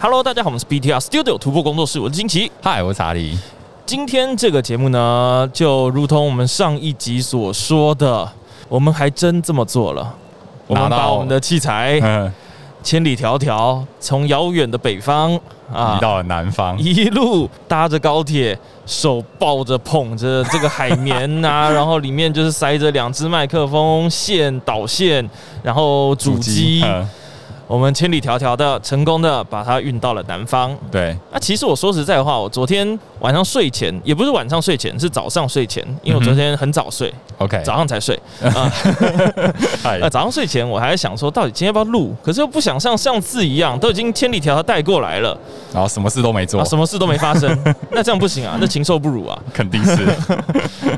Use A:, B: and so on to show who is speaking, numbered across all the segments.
A: Hello，大家好，我们是 BTR Studio 突破工作室，我是金奇。
B: 嗨，我是查理。
A: 今天这个节目呢，就如同我们上一集所说的，我们还真这么做了。我们
B: 拿
A: 把
B: 到
A: 我们的器材
B: 嗯，
A: 千里迢迢从遥远的北方 啊
B: 移，到了南方，
A: 一路搭着高铁，手抱着捧着这个海绵呐、 然后里面就是塞着两只麦克风线、导线，然后主机，
B: 嗯
A: 我们千里迢迢的成功的把它运到了南方。
B: 对，
A: 那、啊其实我说实在话，我昨天晚上睡前也不是晚上睡前，是早上睡前，因为我昨天很早睡，
B: OK，
A: 早上才睡。啊、
B: 嗨
A: 呃，，早上睡前我还在想说，到底今天要不要录？可是又不想像上次一样，都已经千里迢迢带过来了，
B: 然后什么事都没
A: 啊，
B: 做，
A: 什么事都没发生，那这样不行啊，那禽兽不如啊！
B: 肯定 是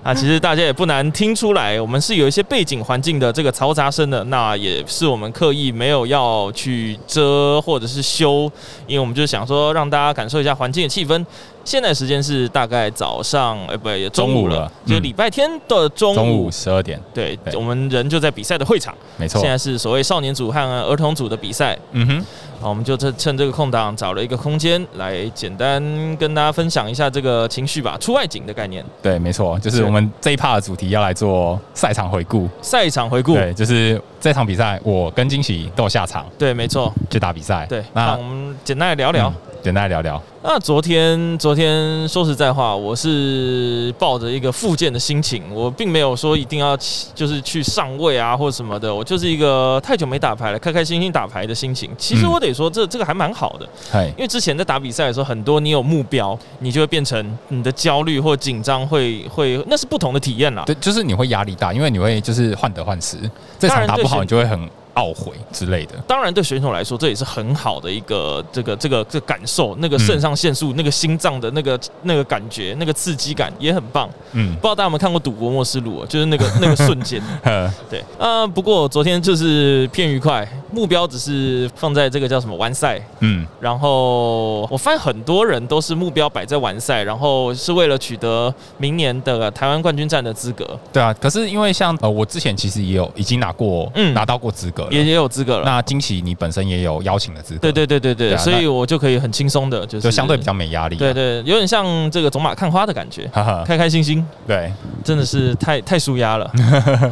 A: 啊，其实大家也不难听出来，我们是有一些背景环境的这个嘈杂声的，那也是我们刻意没有要去遮或者是修，因为我们就想说让大家感受一下环境的气氛。现在时间是大概早上，呃、不，也中午
B: 中午
A: 了
B: 了，
A: 就
B: 嗯
A: 礼拜天的中午。
B: 中午十二点，
A: 对，
B: 对
A: 我们人就在比赛的会场，
B: 没错
A: 现。在是所谓少年组和儿童组的比赛。
B: 嗯哼，
A: 好，我们就趁趁这个空档找了一个空间来简单跟大家分享一下这个情绪吧，出外景的概念，
B: 对，没错，就是
A: 是
B: 我们这一趴的主题要来做赛场回顾。
A: 赛场回顾。
B: 对，就是这场比赛，我跟惊喜都有下场
A: 对，没错。
B: 去打比赛。
A: 对，那
B: 那
A: 我们简单来聊聊。
B: 嗯简单来聊聊。
A: 那昨天，昨天说实在话，我是抱着一个复健的心情，我并没有说一定要起就是去上位啊或什么的，我就是一个太久没打牌了，开开心心打牌的心情。其实
B: 嗯
A: 我得说，这这个还蛮好的，
B: 嗨，
A: 因为之前在打比赛的时候，很多你有目标，你就会变成你的焦虑或紧张会会，那是不同的体验啦。
B: 对，就是你会压力大，因为你会就是患得患失，这
A: 当然
B: 场打
A: 对
B: 不好，
A: 选
B: 你就会很懊悔之类的。
A: 当然，对选手来说，这也是很好的一个这个这个这个感受，
B: 嗯
A: 那个肾上腺素、那个心脏的那个那个感觉、那个刺激感也很棒。
B: 嗯
A: 不，知道大家有没有看过《赌博默示录》啊，就是那 个那个瞬间。
B: 呵
A: 对，啊，不过昨天就是偏愉快，目标只是放在这个叫什么完赛。
B: 嗯，
A: 然后我发现很多人都是目标摆在完赛，然后是为了取得明年的台湾冠军战的资格，
B: 对啊。可是因为像呃，我之前其实也有已经拿过，
A: 嗯
B: 拿到过资格了。
A: 也也有资格了。
B: 啊那惊喜你本身也有邀请的资格，
A: 对对对对对，
B: 对啊
A: 所以我就可以很轻松的，就是
B: 就相对比较没压力、啊。
A: 对，对，有点像这个走马看花的感觉，
B: 哈哈，
A: 开开心心，
B: 对，
A: 真的是太太舒压 了，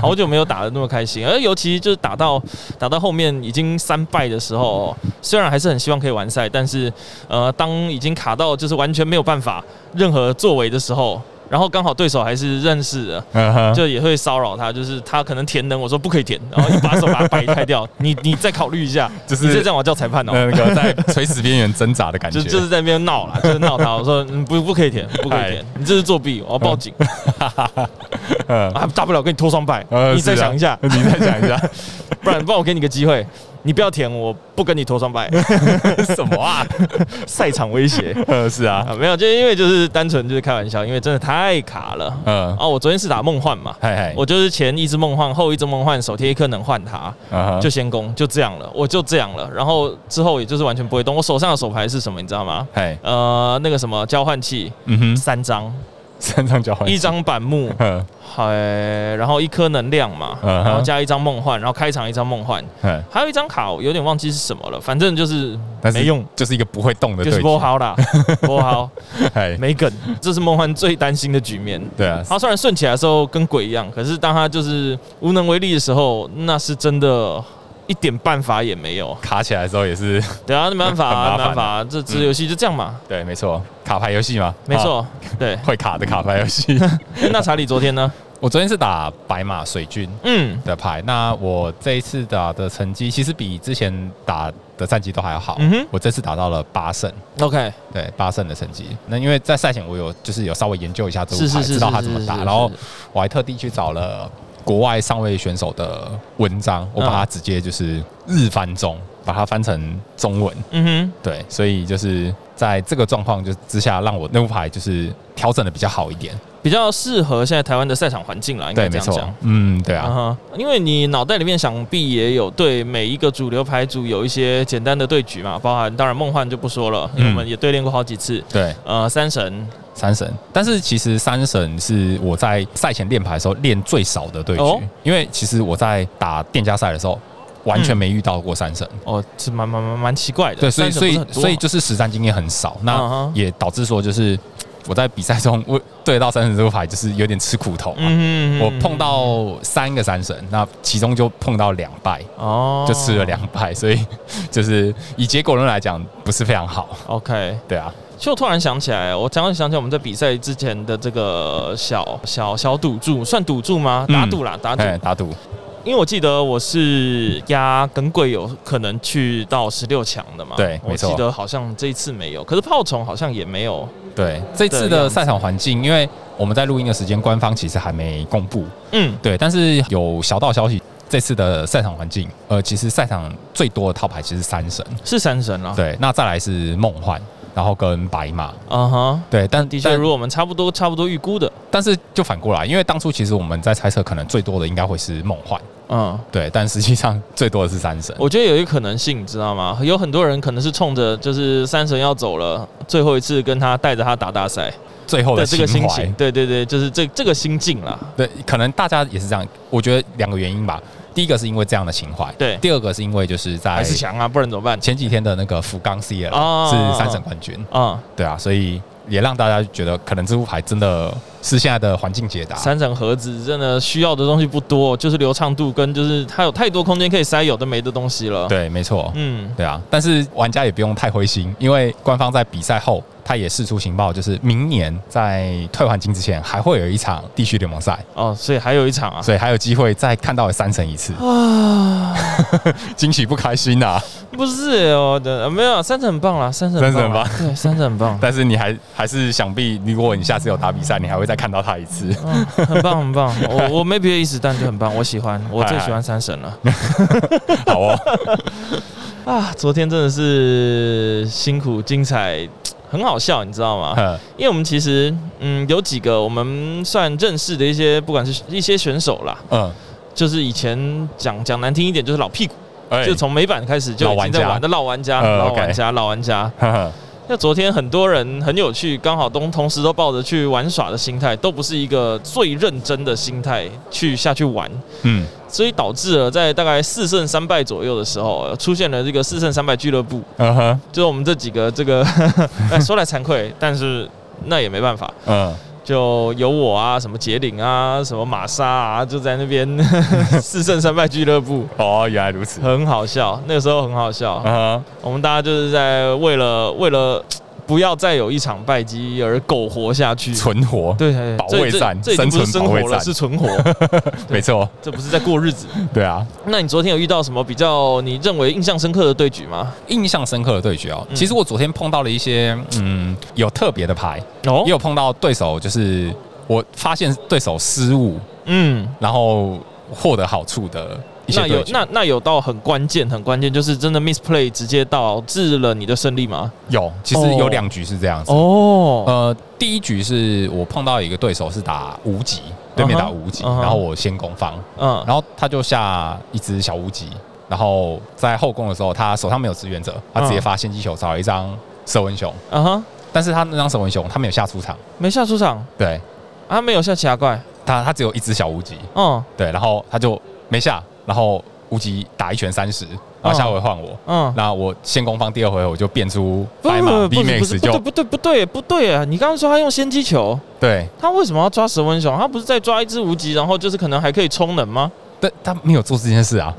A: 好久没有打的那么开心，而尤其就是打到打到后面已经三败的时候哦，虽然还是很希望可以完赛，但是呃，当已经卡到就是完全没有办法任何作为的时候，然后刚好对手还是认识的。
B: 嗯 哼，
A: 就也会骚扰他，就是他可能填能，我说不可以填，然后一把手把他掰开掉，你你再考虑一下，
B: 就是
A: 你再这样我叫裁判哦，
B: 那个在垂死边缘挣扎的感觉，
A: 就就是在那边闹 啦，就是闹他，我说嗯不不可以填，不可以填，你这是作弊，我要报警，
B: 嗯
A: 啊，大不了给你拖双败，
B: 呃
A: 你再
B: 是啊
A: 想一下，
B: 你再想一下
A: 不然不然我给你个机会，你不要舔，我不跟你头上 拜，
B: 什么啊？
A: 赛场威胁
B: 呃，是啊，
A: 啊，没有，就因为就是单纯就是开玩笑，因为真的太卡了。
B: 嗯，
A: 啊，我昨天是打梦幻嘛，
B: 嗨嗨，
A: 我就是前一只梦幻，后一只梦幻，手贴一颗能换它，
B: 嗯哼
A: 就先攻，就这样了，我就这样了，然后之后也就是完全不会动。我手上的手牌是什么，你知道吗？
B: 嗨，
A: 呃，那个什么交换器
B: 嗯 哼，
A: 三张，
B: 三张交换
A: 一，张板木，
B: 嗯
A: 嗨，然后一颗能量 嘛，
B: 嗯哼
A: 然后加一张梦幻，然后开场一张梦幻，
B: 嗯，
A: 还有一张卡，我有点忘记是什么了，反正就是
B: 但是
A: 没用，
B: 就是一个不会动的
A: 就
B: 对
A: 是
B: 决
A: 不，好啦， 不 好，
B: 嗨，
A: 没梗，这是梦幻最担心的局面。
B: 对啊，
A: 他虽然顺起来的时候跟鬼一样，可是当他就是无能为力的时候，那是真的。一点办法也没有，
B: 卡起来的时候也是，
A: 对啊，没办法、啊，
B: 很麻烦
A: 没办法、啊，这这游戏就这样嘛，
B: 对，没错，卡牌游戏嘛，
A: 没
B: 啊，
A: 错， 对。
B: 会卡的卡牌游戏。
A: 那查理昨天呢？
B: 我昨天是打白马水军，
A: 嗯
B: 的牌。那我这一次打的成绩，其实比之前打的战绩都还要好。
A: 嗯哼
B: 我这次打到了八胜，
A: ，OK，
B: 对八胜的成绩。那因为在赛前我有就是有稍微研究一下这副
A: 是
B: 牌，
A: 是是，
B: 知道
A: 是
B: 它
A: 是
B: 怎么
A: 是
B: 打，
A: 是
B: 然后
A: 是
B: 我还特地去找了国外上位选手的文章，我把它
A: 嗯
B: 直接就是日翻中，把它翻成中文。
A: 嗯
B: 对，所以就是在这个状况就之下，让我那副牌就是调整的比较好一点。
A: 哼，比较适合现在台湾的赛场环境啦，应该
B: 对，
A: 这
B: 没
A: 样
B: 错
A: 讲。。
B: 嗯，对啊。
A: 啊哈，因为你脑袋里面想必也有对每一个主流牌组有一些简单的对局嘛，包含当然梦幻就不说了，
B: 嗯
A: 因为我们也对练过好几次。
B: 对，
A: 呃，三神
B: 三神，但是其实三神是我在赛前练牌的时候练最少的对局，
A: 哦
B: 因为其实我在打店家赛的时候，完全没遇到过三神。
A: 哦，是蛮蛮蛮蛮奇怪的。
B: 对，所以
A: 三神
B: 所
A: 不是
B: 以
A: 很多啊
B: 所以就是实战经验很少，
A: 嗯
B: 那
A: 哼
B: 也导致说就是我在比赛中我对到三神这副牌就是有点吃苦头、啊。
A: 嗯
B: 我碰到三个三神，那其中就碰到两败，
A: 哦，
B: 就吃了两败，所以就是以结果论来讲不是非常好。
A: OK，
B: 对啊，
A: 其实我突然想起来，我突然想起来我们在比赛之前的这个小小小赌注，算赌注吗？
B: 嗯
A: 打赌啦，打赌。
B: 哎，打赌，
A: 因为我记得我是压耿贵有可能去到十六强的嘛，
B: 对
A: 我
B: 没错
A: 记得好像这一次没有，可是炮虫好像也没有，
B: 对这
A: 的
B: 次
A: 样
B: 的
A: 子
B: 赛场环境，因为我们在录音的时间，官方其实还没公布，
A: 嗯，
B: 对，但是有小道消息，这次的赛场环境，呃，其实赛场最多的套牌其实是三神，
A: 是三神啊啦，，
B: 对，那再来是梦幻，然后跟白马，
A: 啊哈，
B: 对，但
A: 的确
B: 但
A: 如我们差不多差不多预估的，
B: 但是就反过来，因为当初其实我们在猜测，可能最多的应该会是梦幻，
A: 嗯，
B: 对，但实际上最多的是三神，
A: 我觉得有一个可能性，你知道吗？有很多人可能是冲着就是三神要走了，最后一次跟他带着他打大赛
B: 最后
A: 的
B: 的
A: 这个
B: 情
A: 心
B: 怀
A: 情，，对对对，就是这这个心境啦，
B: 对，可能大家也是这样，我觉得两个原因吧，第一个是因为这样的情怀，
A: 对
B: 第二个是因为就是
A: 还
B: 在
A: 是强啊，不然怎么办？
B: 前几天的那个福冈 CL
A: 哦
B: 是三神冠军，
A: 啊、
B: 对啊，所以也让大家觉得可能这副牌真的是现在的环境解答，
A: 三神盒子真的需要的东西不多，就是流畅度跟就是它有太多空间可以塞有的没的东西了。，
B: 对，没错，
A: 哦嗯，
B: 对啊，但是玩家也不用太灰心，因为官方在比赛后，他也释出情报，就是明年在退环境之前，还会有一场地区联盟赛，
A: 哦，所以还有一场啊
B: 所以还有机会再看到三成 一次，
A: 啊，
B: 惊喜不开心呐、啊。
A: 不是哦，的没有三神很棒啦，三神很棒啦，啊对，三神很棒，
B: 但是你还还是想必，如果你下次有打比赛，你还会再看到他一次。
A: 嗯，很棒很棒，我我没别的意思，但就很棒，我喜欢，我最喜欢三神了。
B: 好哦，
A: 啊，昨天真的是辛苦精彩，很好笑，你知道吗？
B: 嗯
A: 因为我们其实嗯有几个我们算认识的一些，不管是一些选手啦，
B: 嗯，
A: 就是以前讲讲难听一点，就是老屁股，
B: 哎
A: 就从美版开始就已
B: 老
A: 经
B: 玩家
A: 在玩的老玩家、
B: 呃
A: 老
B: OK
A: 玩家、老玩家。
B: 呵呵
A: 那昨天很多人很有趣，刚好都同时都抱着去玩耍的心态，都不是一个最认真的心态去下去玩。
B: 嗯，
A: 所以导致了在大概四胜三败左右的时候，呃出现了这个四胜三败俱乐部，
B: 嗯哼，
A: 就是我们这几个这个， 哎，说来惭愧，但是那也没办法，
B: 嗯，
A: 就有我啊，什么杰林啊，什么玛莎啊，就在那边 四胜三败俱乐部。
B: 哦，原来如 此。
A: 很好笑，那个时候很好笑。
B: 嗯
A: 我们大家就是在为了为了不要再有一场败绩而苟活下去
B: 哼，，存活，
A: 对对，对
B: 保
A: 这
B: 卫
A: 这
B: 战
A: 这已经不是
B: 生存
A: 生
B: 保
A: 活
B: 卫
A: 了，
B: 战
A: 是存活，
B: 没错，
A: 这不是在过日子。
B: 对啊。
A: 那你昨天有遇到什么比较你认为印象深刻的对局吗？
B: 印象深刻的对决哦，
A: 嗯
B: 其实我昨天碰到了一些嗯有特别的牌，
A: 哦
B: 也有碰到对手，就是我发现对手失误，
A: 嗯，
B: 然后获得好处的一些
A: 那有
B: 对决。
A: 那那有到很关键，很关键，就是真的 misplay 直接导致了你的胜利吗？
B: 有，其实有两局是这样子。
A: 哦，
B: 呃，第一局是我碰到一个对手是打无极，对面打无极，
A: 嗯哼
B: 然后我先攻方，
A: 嗯，
B: 然后他就下一只小无极，然后在后攻的时候，他手上没有支援者，他直接
A: 嗯
B: 发先机球找了一张蛇文熊，
A: 啊哈，
B: 但是他那张蛇文熊他没有下出场，
A: 没下出场，
B: 对
A: 啊，没有下其他怪，
B: 他他只有一只小无极，
A: 嗯
B: 对，然后他就没下，然后无极打一拳三十，然后下回换我。
A: 嗯，
B: 那我先攻方第二回我就变出
A: 不
B: 白马
A: 不
B: B
A: 不不
B: max
A: 是不对
B: 就
A: 不对不对不对啊！你刚刚说他用先机球，
B: 对，
A: 他为什么要抓蛇纹熊？他不是在抓一只无极，然后就是可能还可以充能吗？
B: 但他没有做这件事啊，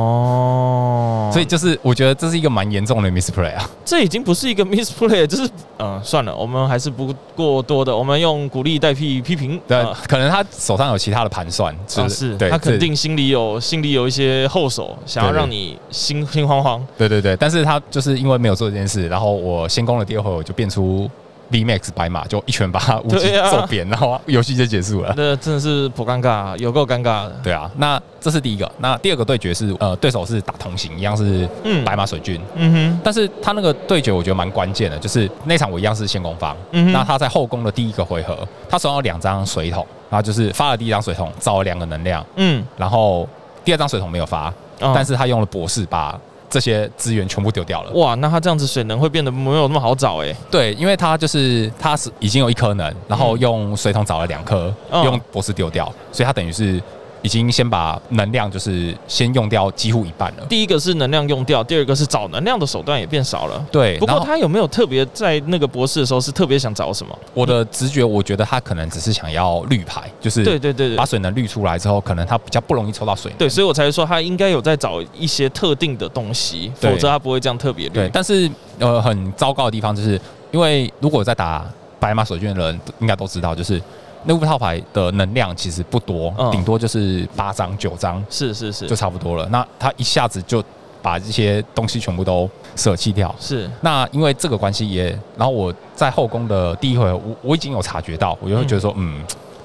A: 哦，
B: 所以就是我觉得这是一个蛮严重的 misplay 啊。
A: 这已经不是一个 misplay，就是嗯，算了，我们还是不过多的，我们用鼓励代替批评。
B: 对
A: 呃，
B: 可能他手上有其他的盘算，
A: 啊
B: 就是对，
A: 他肯
B: 这
A: 定心里有心里有一些后手，想要
B: 对对
A: 让你心心慌慌。
B: 对对对，但是他就是因为没有做这件事，然后我先攻了第二回我就变出 B max 白马，就一拳把他无极
A: 对啊
B: 揍扁，然后游戏就结束了。
A: 那真的是颇尴尬，有够尴尬的。
B: 对啊，那这是第一个。那第二个对决是呃，对手是打同行，一样是
A: 嗯
B: 白马水军，
A: 嗯
B: 但是他那个对决我觉得蛮关键的，就是那场我一样是先攻方，
A: 嗯哼
B: 那他在后攻的第一个回合，他手上有两张水桶，然后就是发了第一张水桶，造了两个能量，
A: 哼，嗯，
B: 然后第二张水桶没有发，
A: 哦
B: 但是他用了博士把这些资源全部丢掉了。
A: 哇，那他这样子水能会变得没有那么好找哎。
B: 对，因为他就是他是已经有一颗能，然后用水桶找了两颗，
A: 嗯
B: 用博士丢掉，所以他等于是已经先把能量就是先用掉几乎一半了。
A: 第一个是能量用掉，第二个是找能量的手段也变少了。
B: 对，
A: 不
B: 然
A: 过
B: 后
A: 他有没有特别在那个博士的时候是特别想找什么？
B: 我的直觉，我觉得他可能只是想要绿牌，就是
A: 对对对对
B: 把水能滤出来之后，可能他比较不容易抽到水能。
A: 对，所以我才说他应该有在找一些特定的东西，
B: 对
A: 否则他不会这样特别
B: 对，
A: 绿。
B: 但是呃，很糟糕的地方就是，因为如果在打白马水卷的人，应该都知道，就是那副套牌的能量其实不多
A: 嗯，
B: 顶、多就是八张九张
A: 是是是
B: 就差不多了。那他一下子就把这些东西全部都舍弃掉。
A: 是，
B: 那因为这个关系也，然后我在后宫的第一回合，我我已经有察觉到，我就会觉得说，嗯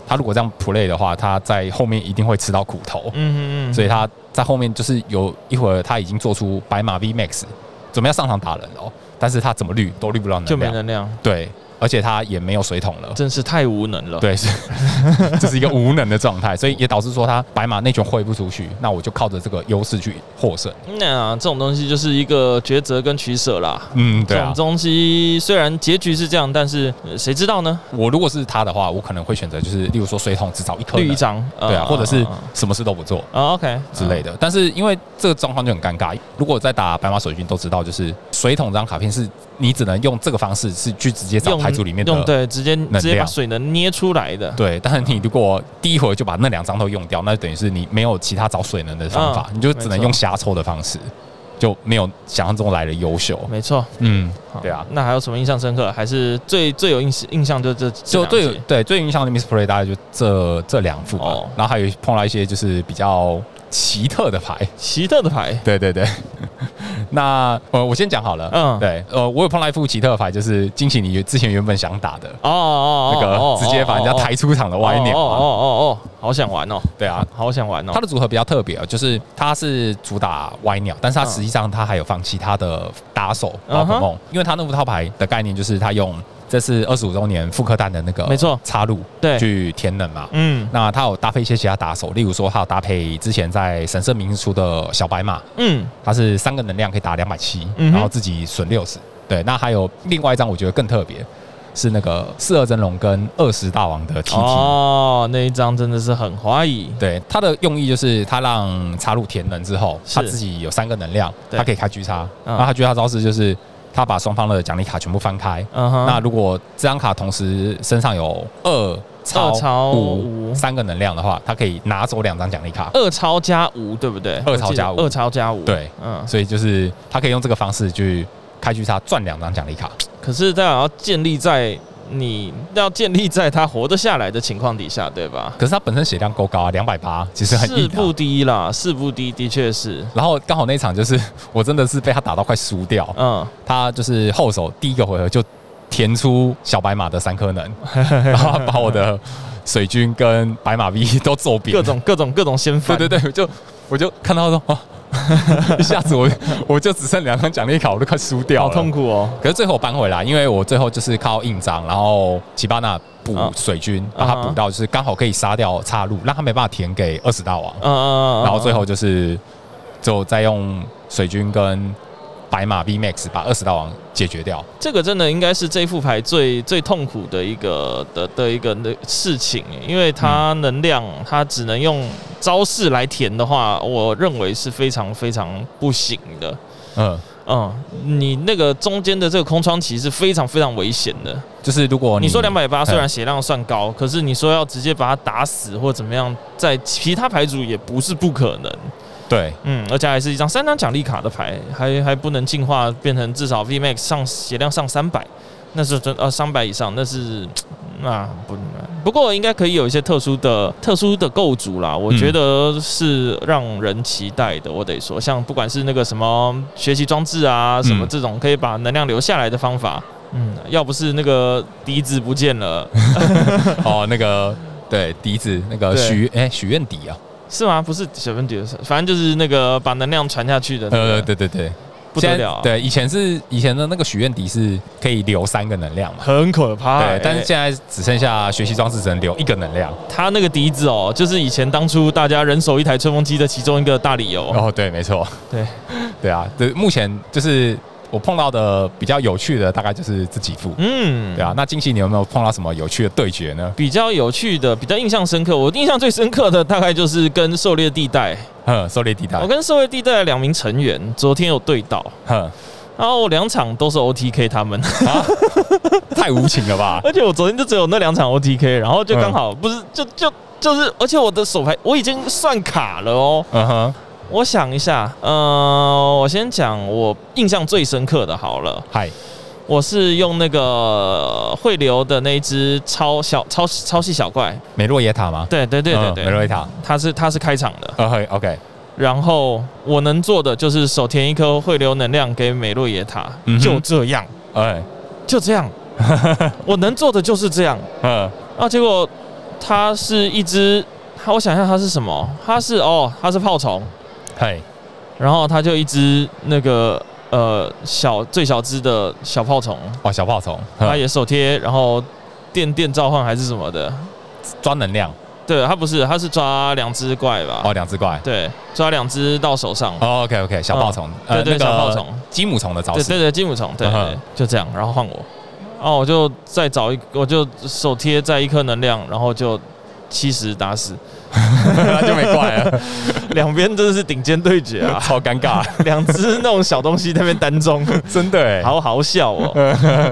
B: 他如果这样 play 的话，他在后面一定会吃到苦头。
A: 嗯嗯嗯，
B: 所以他在后面就是有一会儿他已经做出白马 V Max，准备要上场打人了哦，但是他怎么绿都绿不到
A: 就
B: 能
A: 没
B: 量，
A: 能量，
B: 对，而且他也没有水桶了。
A: 真是太无能了。
B: 对，是 这是一个无能的状态，所以也导致说他白马内卷挥不出去，那我就靠着这个优势去获胜。
A: 那这种东西就是一个抉择跟取舍啦。
B: 嗯，对
A: 这
B: 啊
A: 种，东西虽然结局是这样，但是呃谁知道呢？
B: 我如果是他的话，我可能会选择就是，例如说水桶只找一颗人，
A: 绿一张，
B: 对啊，
A: 呃
B: 或者是
A: 啊
B: 什么事都不做，
A: 啊 OK
B: 之类
A: 的，
B: 的。但是因为这个状况就很尴尬，如果在打白马水军都知道，就是水桶这张卡片是你只能用这个方式是去直接找牌组里面
A: 用
B: 的。
A: 对，直接直接把水能捏出来 的。
B: 对，但是你如果第一回就把那两张都用掉，那等于是你没有其他找水能的方法，
A: 嗯
B: 你就只
A: 没
B: 能
A: 错
B: 用瞎抽的方式，就没有想象中来的优秀。
A: 没错，
B: 嗯，
A: 好
B: 对啊，
A: 那还有什么印象深刻？还是最最有印印象就这
B: 就
A: 这两
B: 对
A: 集
B: 对最有印象的 misplay 大概就这这两副吧，
A: 哦
B: 然后还有碰到一些就是比较奇特的牌，
A: 奇特的牌，
B: 对对 对，那呃，我先讲好了。
A: 嗯
B: 嗯，对，呃，我有碰到一副奇特牌，就是惊喜你之前原本想打的
A: 哦哦哦，
B: 那
A: 哦
B: 个，直接把人家抬出场的歪
A: 哦哦
B: 鸟。
A: 哦哦哦，好想玩哦，
B: 对啊，
A: 好想玩哦
B: 它。的组合比较特别哦，就是它是主打歪鸟，但是它
A: 嗯
B: 实际上它还有放其他的打手宝
A: 嗯哼
B: 可梦，因为它那副套牌的概念就是它用这次二十五周年复刻蛋的那个
A: 没错
B: 插入
A: 对
B: 去填能嘛。
A: 嗯
B: 那它有搭配一些其他打手，例如说它有搭配之前在神圣明出的小白马，
A: 嗯，
B: 它是三个能量可以打两百七，
A: 嗯哼
B: 然后自己损六十。对，那还有另外一张我觉得更特别，是那个四二真龙跟二十大王的 TT。
A: 哦，那一张真的是很怀疑。
B: 对，它的用意就是它让插入填能之后，
A: 是
B: 它自己有三个能量，
A: 对
B: 它可以开狙杀。
A: 嗯
B: 然后它狙杀招式就是它把双方的奖励卡全部翻开。
A: 嗯哼，
B: 那如果这张卡同时身上有二
A: 二超
B: 超
A: 五
B: 五三个能量的话，它可以拿走两张奖励卡。
A: 二超加五，对不对？
B: 二超加五
A: 我记得二超加五。
B: 对，
A: 嗯。
B: 所以就是它可以用这个方式去开狙杀赚两张奖励卡。
A: 可是这样要建立在你要建立在他活得下来的情况底下，对吧？
B: 可是它本身血量够高啊，两百八，其实很
A: 士
B: 硬的啊、
A: 不低啦，士不低，的确是。
B: 然后刚好那一场就是我真的是被他打到快输掉，
A: 嗯，
B: 他就是后手第一个回合就填出小白马的三颗 能，然后他把我的水军跟白马 V 都揍扁，
A: 各种各种各种掀翻。
B: 对对对，我就我就看到说啊， 一下子我我就只剩两张奖励卡，我都快输掉
A: 好
B: 了，
A: 痛苦哦。
B: 可是最后我扳回来，因为我最后就是靠印章，然后奇巴纳补
A: 嗯
B: 水军，把他补到就是刚好可以杀掉岔路，让他没办法填给二十大王。
A: 嗯嗯嗯。
B: 然后最后就是就再用水军跟白马 V Max 把二十大王解决掉。
A: 这个真的应该是这副牌最最痛苦的一个的的一个的事情，欸因为它
B: 嗯
A: 能量它只能用招式来填的话，我认为是非常非常不行的。
B: 嗯，
A: 嗯，你那个中间的这个空窗期是非常非常危险的。
B: 就是如果
A: 你
B: 你
A: 说两百八
B: 嗯
A: 虽然血量算高，可是你说要直接把它打死或怎么样，在其他牌组也不是不可能。
B: 对
A: 嗯，而且还是一张三张奖励卡的牌，还还不能进化变成至少 VMAX 上血量上三百，那是真呃三百以上，那是啊不不过应该可以有一些特殊的特殊的构筑啦，我
B: 嗯
A: 觉得是让人期待的。我得说，像不管是那个什么学习装置啊，什么
B: 嗯
A: 这种可以把能量留下来的方法。嗯，要不是那个笛子不见了，
B: 哦那个对笛子那个
A: 对
B: 许哎许愿笛啊，
A: 是吗？ 不是小分笛，反正就是那个把能量传下去的、那个，
B: 呃对对对，
A: 不得
B: 现在
A: 了啊
B: 对，以前是以前的那个许愿笛是可以留三个能量嘛。
A: 很可怕、
B: 对，但是
A: 欸
B: 现在只剩下学习装置只能留一个能量。
A: 他那个笛子哦，就是以前当初大家人手一台
B: 哦
A: 吹风机的其中一个大理由。
B: 哦，对，没错，
A: 对，
B: 对啊，对，目前就是我碰到的比较有趣的大概就是这几副，
A: 嗯，
B: 对啊。那近期你有没有碰到什么有趣的对决呢？
A: 比较有趣的，比较印象深刻。我印象最深刻的大概就是跟狩猎地带，
B: 哼，狩猎地带
A: 我，跟狩猎地带的两名成员昨天有对到，
B: 哼，
A: 然后两场都是 OTK 他们，
B: 太无情了吧？
A: 而且我昨天就只有那两场 OTK，然后就刚好、不是就就就是，而且我的手牌我已经算卡了哦。
B: 嗯哼，
A: 我想一下，呃，我先讲我印象最深刻的好了，
B: 嗨，
A: 我是用那个汇流的那一只超小超超细小怪，
B: 美洛耶塔吗？
A: 对对对对
B: 嗯美洛
A: 对，
B: 耶塔。
A: 它是它是开场的。
B: 呃嘿，OK，
A: 然后我能做的就是手填一颗汇流能量给美洛野塔，
B: 嗯哼
A: 就这样，
B: 哎，
A: 就这样， 我能做的就是这样。
B: 嗯，
A: 啊，结果它是一只，它我想一下它是什么？它是哦，它是炮虫，
B: 嘿，
A: 然后它就一只那个呃小最小只的小炮虫，
B: 哦，小炮虫，
A: 它
B: 哼
A: 也手贴，然后电电召唤还是什么的。
B: 抓能量，
A: 对，它不是，它是抓两只怪吧？
B: 哦，两只怪。
A: 对，抓两只到手上。
B: 哦，OK OK，小炮虫，呃
A: 对嗯对
B: 那个
A: 小炮虫
B: 金母虫的招
A: 对
B: 式，
A: 对对，金母虫，对
B: 嗯
A: 对
B: 哼
A: 对就这样，然后换我，然后我就再找一，我就手贴在一颗能量，然后就七十打死，
B: 那 就没怪了，，
A: 两边真的是顶尖对决啊
B: 超尴尬，
A: 两只那种小东西在那边单 中，
B: 真的欸。
A: 好好笑哦。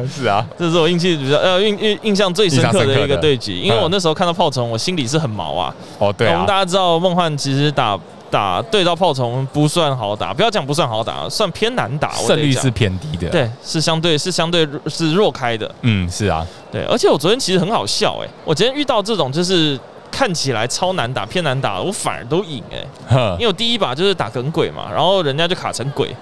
B: 是啊，
A: 这是我印记比较呃印印印象最深刻的一个对局，因为我那时候看到炮虫，我心里是很毛啊。
B: 哦对
A: 我
B: 啊
A: 们大，家知道梦幻其实打打对到炮虫不算好打，不要讲不算好打，算偏难打，我得
B: 胜率
A: 讲
B: 是偏低的。，
A: 对，是相对是相对是弱开的。
B: 嗯，是啊，
A: 对，而且我昨天其实很好笑哎、我今天遇到这种就是看起来超难打、偏难打的，我反而都赢哎、
B: 哼
A: 因，为我第一把就是打梗鬼嘛，然后人家就卡成 鬼，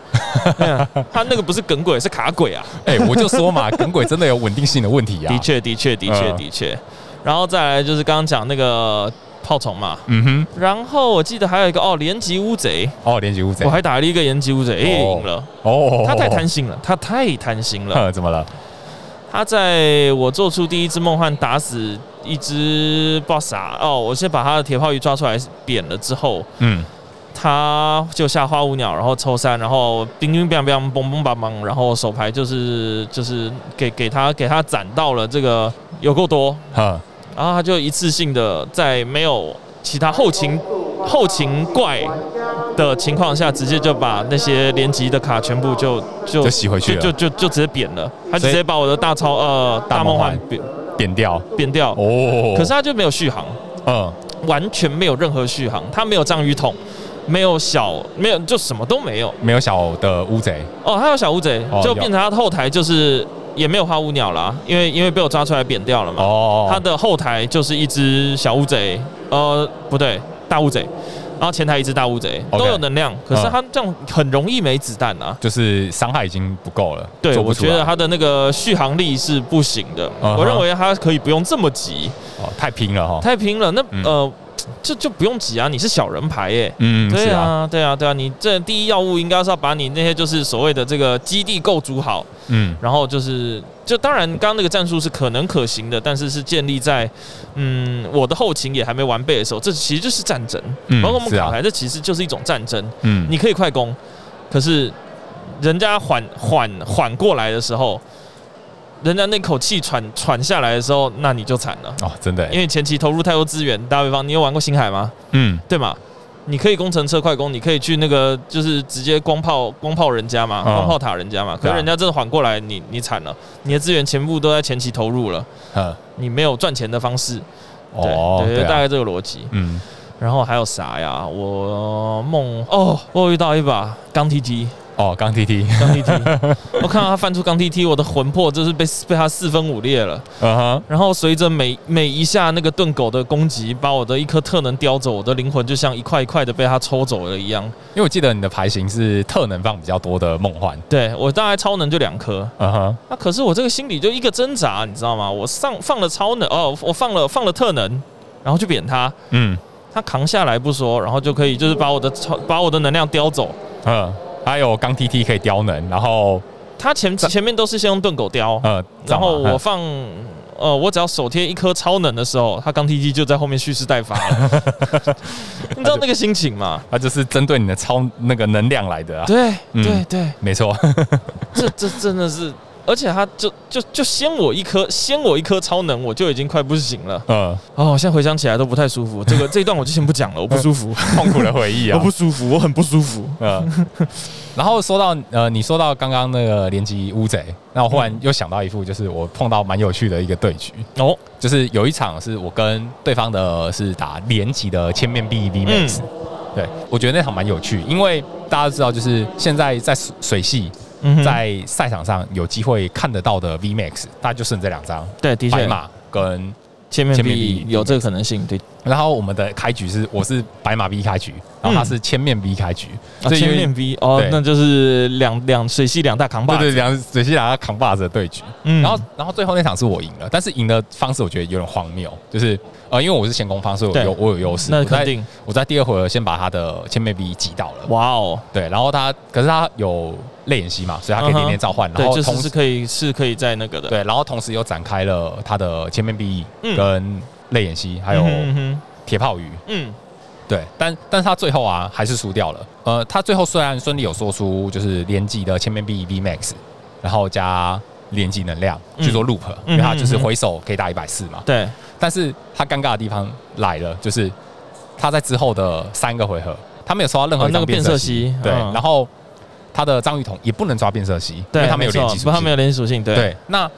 A: 对啊他那个不是梗鬼，是卡鬼啊，
B: 哎，我就说嘛，耿鬼真的有稳定性的问题啊。
A: 的，确，的确，的确，
B: 嗯
A: 的确，然后再来就是刚刚讲那个炮虫嘛，
B: 嗯哼，
A: 然后我记得还有一个哦，连级乌贼，
B: 哦，连级乌贼
A: 我，还打了一个连级乌贼，哎、
B: 哦
A: 赢了，
B: 哦，
A: 他太贪心了，他太贪心了，
B: 哼，怎么了？
A: 他在我做出第一只梦幻打死一只 boss 啊哦，我先把他的铁炮鱼抓出来扁了之后，
B: 嗯，
A: 他就下花舞鸟，然后抽三，然后冰冰冰冰嘣嘣梆梆，然后手牌就是就是给给他给他攒到了这个有够多，
B: 哼，
A: 然后他就一次性的在没有其他后勤后勤怪的情况下，直接就把那些连级的卡全部就就
B: 就吸回去了
A: 就就就就直接扁了，他就
B: 所以
A: 直接把我的大超呃
B: 大
A: 大梦
B: 梦幻
A: 幻扁
B: 扁掉。
A: 扁掉。
B: 哦，
A: 可是他就没有续航，
B: 嗯，
A: 完全没有任何续航，他没有章鱼桶，没有小，没有就什么都没有。
B: 没有小的乌贼，
A: 哦，还有小乌贼
B: 哦，
A: 就变成他的后台就是也没有花乌鸟啦，因为因为被我抓出来扁掉了嘛。
B: 哦，
A: 它的后台就是一只小乌贼，呃，不对，大乌贼，然后前台一只大乌贼
B: OK 嗯
A: 都有能量，可是它这样很容易没子弹啊。
B: 就是伤害已经不够了，
A: 对，
B: 做
A: 我
B: 不出
A: 觉
B: 来
A: 得它的那个续航力是不行的。
B: 嗯哼
A: 我认为它可以不用这么急，
B: 哦太拼了哈，
A: 太拼了。那、
B: 嗯
A: 呃，就就不用急啊，你是小人牌耶、
B: 嗯，
A: 对
B: 是啊，
A: 啊，对啊，对啊，你这第一要务应该是要把你那些就是所谓的这个基地构筑好，
B: 嗯，
A: 然后就是，就当然，刚刚那个战术是可能可行的，但是是建立在，嗯，我的后勤也还没完备的时候，这其实就是战争。
B: 嗯
A: 包括我们
B: 是啊
A: 卡牌，这其实就是一种战争。
B: 嗯，
A: 你可以快攻，可是人家缓缓缓过来的时候，人家那口气喘喘下来的时候，那你就惨了，
B: 哦，真的欸，
A: 因为前期投入太多资源。打比方，你有玩过星海吗？
B: 嗯，
A: 对吗？你可以工程车快攻，你可以去那个就是直接光炮光炮人家嘛，
B: 嗯
A: 光炮塔人家嘛。可
B: 对
A: 是
B: 啊
A: 人家真的缓过来，你你惨了，你的资源全部都在前期投入了，
B: 嗯，
A: 你没有赚钱的方式。对
B: 哦，
A: 对，
B: 对啊
A: 大概这个逻辑。
B: 嗯，
A: 然后还有啥呀？我梦哦，我有遇到一把钢 T T
B: 哦，钢 T T，
A: 钢 T T，我看到他翻出钢 T T，我的魂魄就是被被他四分五裂了。
B: 嗯哼，
A: 然后随着每每一下那个盾狗的攻击，把我的一颗特能叼走，我的灵魂就像一块一块的被他抽走了一样。
B: 因为我记得你的牌型是特能放比较多的梦幻，
A: 对我大概超能就两颗，
B: 嗯哼，
A: 那、可是我这个心里就一个挣扎，你知道吗？我上放了超能，哦，我放了放了特能，然后去扁他，
B: 嗯
A: 他扛下来不说，然后就可以就是把我的超把我的能量叼走。
B: 嗯，还有钢 T T 可以雕能，然后
A: 他前
B: 这啊
A: 前面都是先用盾狗叼，
B: 呃，
A: 然后我放呃，我只要手贴一颗超能的时候，他刚 T G 就在后面蓄势待发了。 你知道那个心情吗？
B: 它就是针对你的超那个能量来的啊。
A: 对
B: 嗯
A: 对对，
B: 没错，
A: 这这真的是，而且他就就就先我一颗，先我一颗超能，我就已经快不行了。
B: 嗯，
A: 哦，我现在回想起来都不太舒服。这个这一段我就先不讲了，我不舒服，
B: 痛苦的回忆
A: 我
B: 啊
A: 不。舒服，我很不舒服。
B: 嗯，然后说到呃，你说到刚刚那个连击乌贼，那我忽然又想到一副，就是我碰到蛮有趣的一个对局，
A: 哦，
B: 就是有一场是我跟对方的是打连级的千面 B V
A: 嗯
B: Max，、对我觉得那场蛮有趣，因为大家都知道，就是现在在水水系
A: 嗯哼
B: 在赛场上有机会看得到的 V Max，大家就剩这两张
A: 对，的
B: 白
A: 确，
B: 马跟，
A: 前面
B: 千面
A: B
B: 壁
A: 有这个可能性，对，啊
B: 然后我们的开局是我是白马 V 开局，然后他
A: 嗯
B: 是千面 V 开局，
A: 啊
B: 有
A: 前
B: 点
A: 面 B 哦
B: 对，
A: 那就是两两水系两大扛把
B: 对
A: 子，
B: 对，两水系两个扛把子的对局。
A: 嗯
B: 然后然后最后那场是我赢了，但是赢的方式我觉得有点荒谬，就是呃，因为我是先攻方，所以我
A: 对
B: 有我有优势。
A: 那
B: 我在
A: 肯定，
B: 我在第二回合先把他的千倍 B 击倒了。
A: 哇哦，
B: 对，然后他可是他有泪眼息嘛，所以他可
A: 嗯
B: 以
A: 哼
B: 连连召唤，然
A: 对，
B: 后
A: 就是
B: 同
A: 是
B: 时
A: 可以是可以在那个的，
B: 对，然后同时又展开了他的千面 B
A: 嗯
B: 跟泪眼息，还有
A: 嗯哼
B: 铁炮鱼。
A: 嗯
B: 对，但但是他最后啊还是输掉了。呃，他最后虽然顺利有说出就是连击的千面 B V Max，然后加连击能量
A: 嗯
B: 去做 loop，、因为他就是回手可以打一百四嘛。
A: 对，
B: 但是他尴尬的地方来了，就是他在之后的三个回合，他没有抽到任何
A: 哦
B: 一
A: 那
B: 张
A: 个
B: 变
A: 变
B: 色
A: 色
B: 蜥，
A: 蜥，
B: 对，
A: 嗯
B: 然后他的章鱼桶也不能抓变色蜥，因
A: 对，
B: 为他没有
A: 错
B: 连击属
A: 不，他没有
B: 性。
A: 连击属性，对，
B: 对，那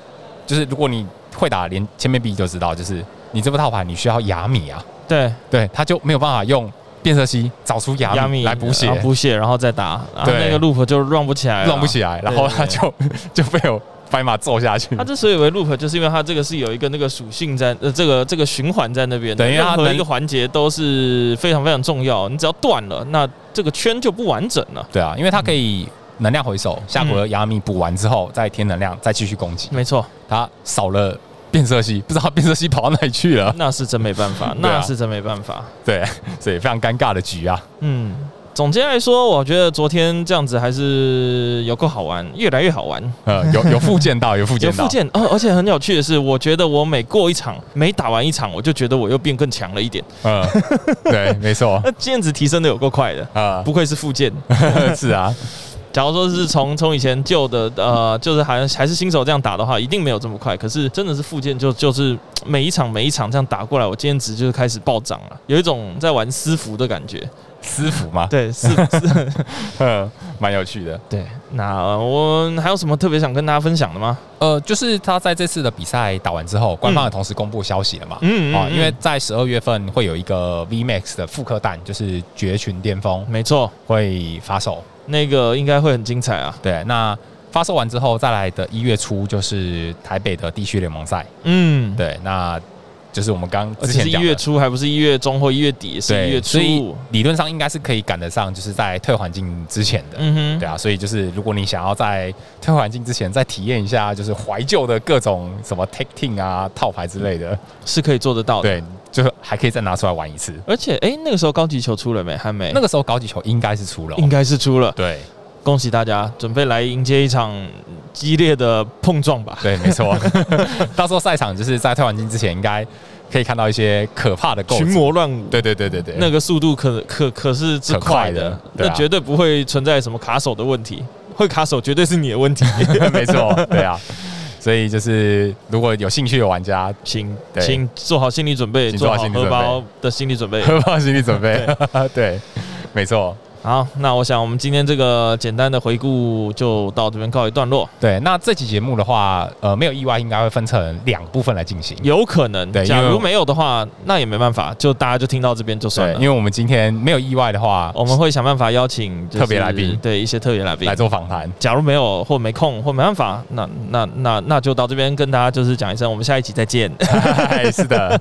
B: 就是如果你会打连千面 B 就知道，就是你这副套牌你需要雅米啊，
A: 对，
B: 对，他就没有办法用变色蜥找出雅米来补血
A: 然，后啊补血，然后再打，然后
B: 对
A: 那个 loop 就 run 不起来，
B: 乱不。起来，然后他就就被我白马揍下去
A: 它。之所以为 loop，就是因为它这个是有一个那个属性在，呃，这个这个循环在那边的，
B: 对因为它
A: 任何
B: 能
A: 一个环节都是非常非常重要。你只要断了，那这个圈就不完整了。
B: 对啊，因为他可以能量回收，下回合雅米补完之后再添能量，再继续攻击。
A: 没错，
B: 他少了变色蜥，不知道变色蜥跑到哪里去 了。
A: 那是真没办法，
B: 对啊
A: 那是真没办法。
B: 对，所以非常尴尬的局啊。
A: 嗯，总结来说，我觉得昨天这样子还是有够好玩，越来越好玩。
B: 呃， 有有附件到，有附
A: 有
B: 件到
A: 附。件哦，而且很有趣的是，我觉得我每过一场，每打完一场，我就觉得我又变更强了一点。
B: 嗯， 对，没 错。
A: 那这样子提升的有够快的，
B: 啊、
A: 不愧是附件。
B: 是啊，
A: 假如说是从从以前旧的呃，就是还还是新手这样打的话，一定没有这么快。可是真的是附件就就是每一场每一场这样打过来，我今天值就是开始暴涨了，有一种在玩私服的感觉。
B: 私服嘛，
A: 对， 是是，
B: 嗯，蛮有趣的。
A: 对。那呃我还有什么特别想跟大家分享的吗？
B: 呃，就是他在这次的比赛打完之后，官方也同时公布消息了嘛。
A: 嗯嗯
B: 啊，
A: 嗯
B: 因为在十二月份会有一个 VMAX 的复刻弹，就是绝群巅峰
A: 没错，
B: 会发售。
A: 那个应该会很精彩啊。
B: 对，那发售完之后，再来的一月初就是台北的地区联盟赛。
A: 嗯，
B: 对，那就是我们刚
A: 而
B: 之
A: 且
B: 前
A: 是一
B: 讲的
A: 月初，还不是一月中或一月底，是一
B: 对，
A: 月
B: 所以
A: 初。
B: 理论上应该是可以赶得上，就是在退环境之前的。
A: 嗯
B: 对
A: 哼，
B: 啊，所以就是如果你想要在退环境之前再体验一下，就是怀旧的各种什么 take team 啊、套牌之类的，
A: 是可以做得到的。
B: 对，就是还可以再拿出来玩一次。
A: 而且，哎、那个时候高级球出了没？还没。
B: 那个时候高级球应该是出了哦，
A: 应该是出了，
B: 对
A: 恭喜大家，准备来迎接一场激烈的碰撞吧。
B: 对，没错。到时候赛场就是在退环境之前，应该可以看到一些可怕的构
A: 群
B: 筑。
A: 魔乱舞，
B: 对对对对对，
A: 那个速度可可可是之
B: 可快
A: 快
B: 的
A: 的，
B: 对啊
A: 那绝对不会存在什么卡手的问题，会卡手绝对是你的 问题。
B: 没错，对啊。所以就是如果有兴趣的玩家，
A: 请
B: 对
A: 请做好心理准备，
B: 请做
A: 做
B: 好
A: 好
B: 心理准
A: 荷
B: 备
A: 包的心理准 备。
B: 荷包心理准备。 对，没错。
A: 好，那我想我们今天这个简单的回顾就到这边告一段落，
B: 对，那这期节目的话，呃，没有意外，应该会分成两部分来进行。
A: 有可能
B: 嗯对，
A: 假
B: 因为
A: 如
B: 我
A: 没有的话，那也没办法，就大家就听到这边就算
B: 对，
A: 了哦
B: 因。为我们今天没有意外的话，
A: 我们会想办法邀请就是
B: 特别来宾
A: 对一些特别来宾
B: 来做 访谈。
A: 假如没有或没空或没办法，那那那那就到这边跟大家就是讲一声，我们下一集再见。
B: 嗨是的，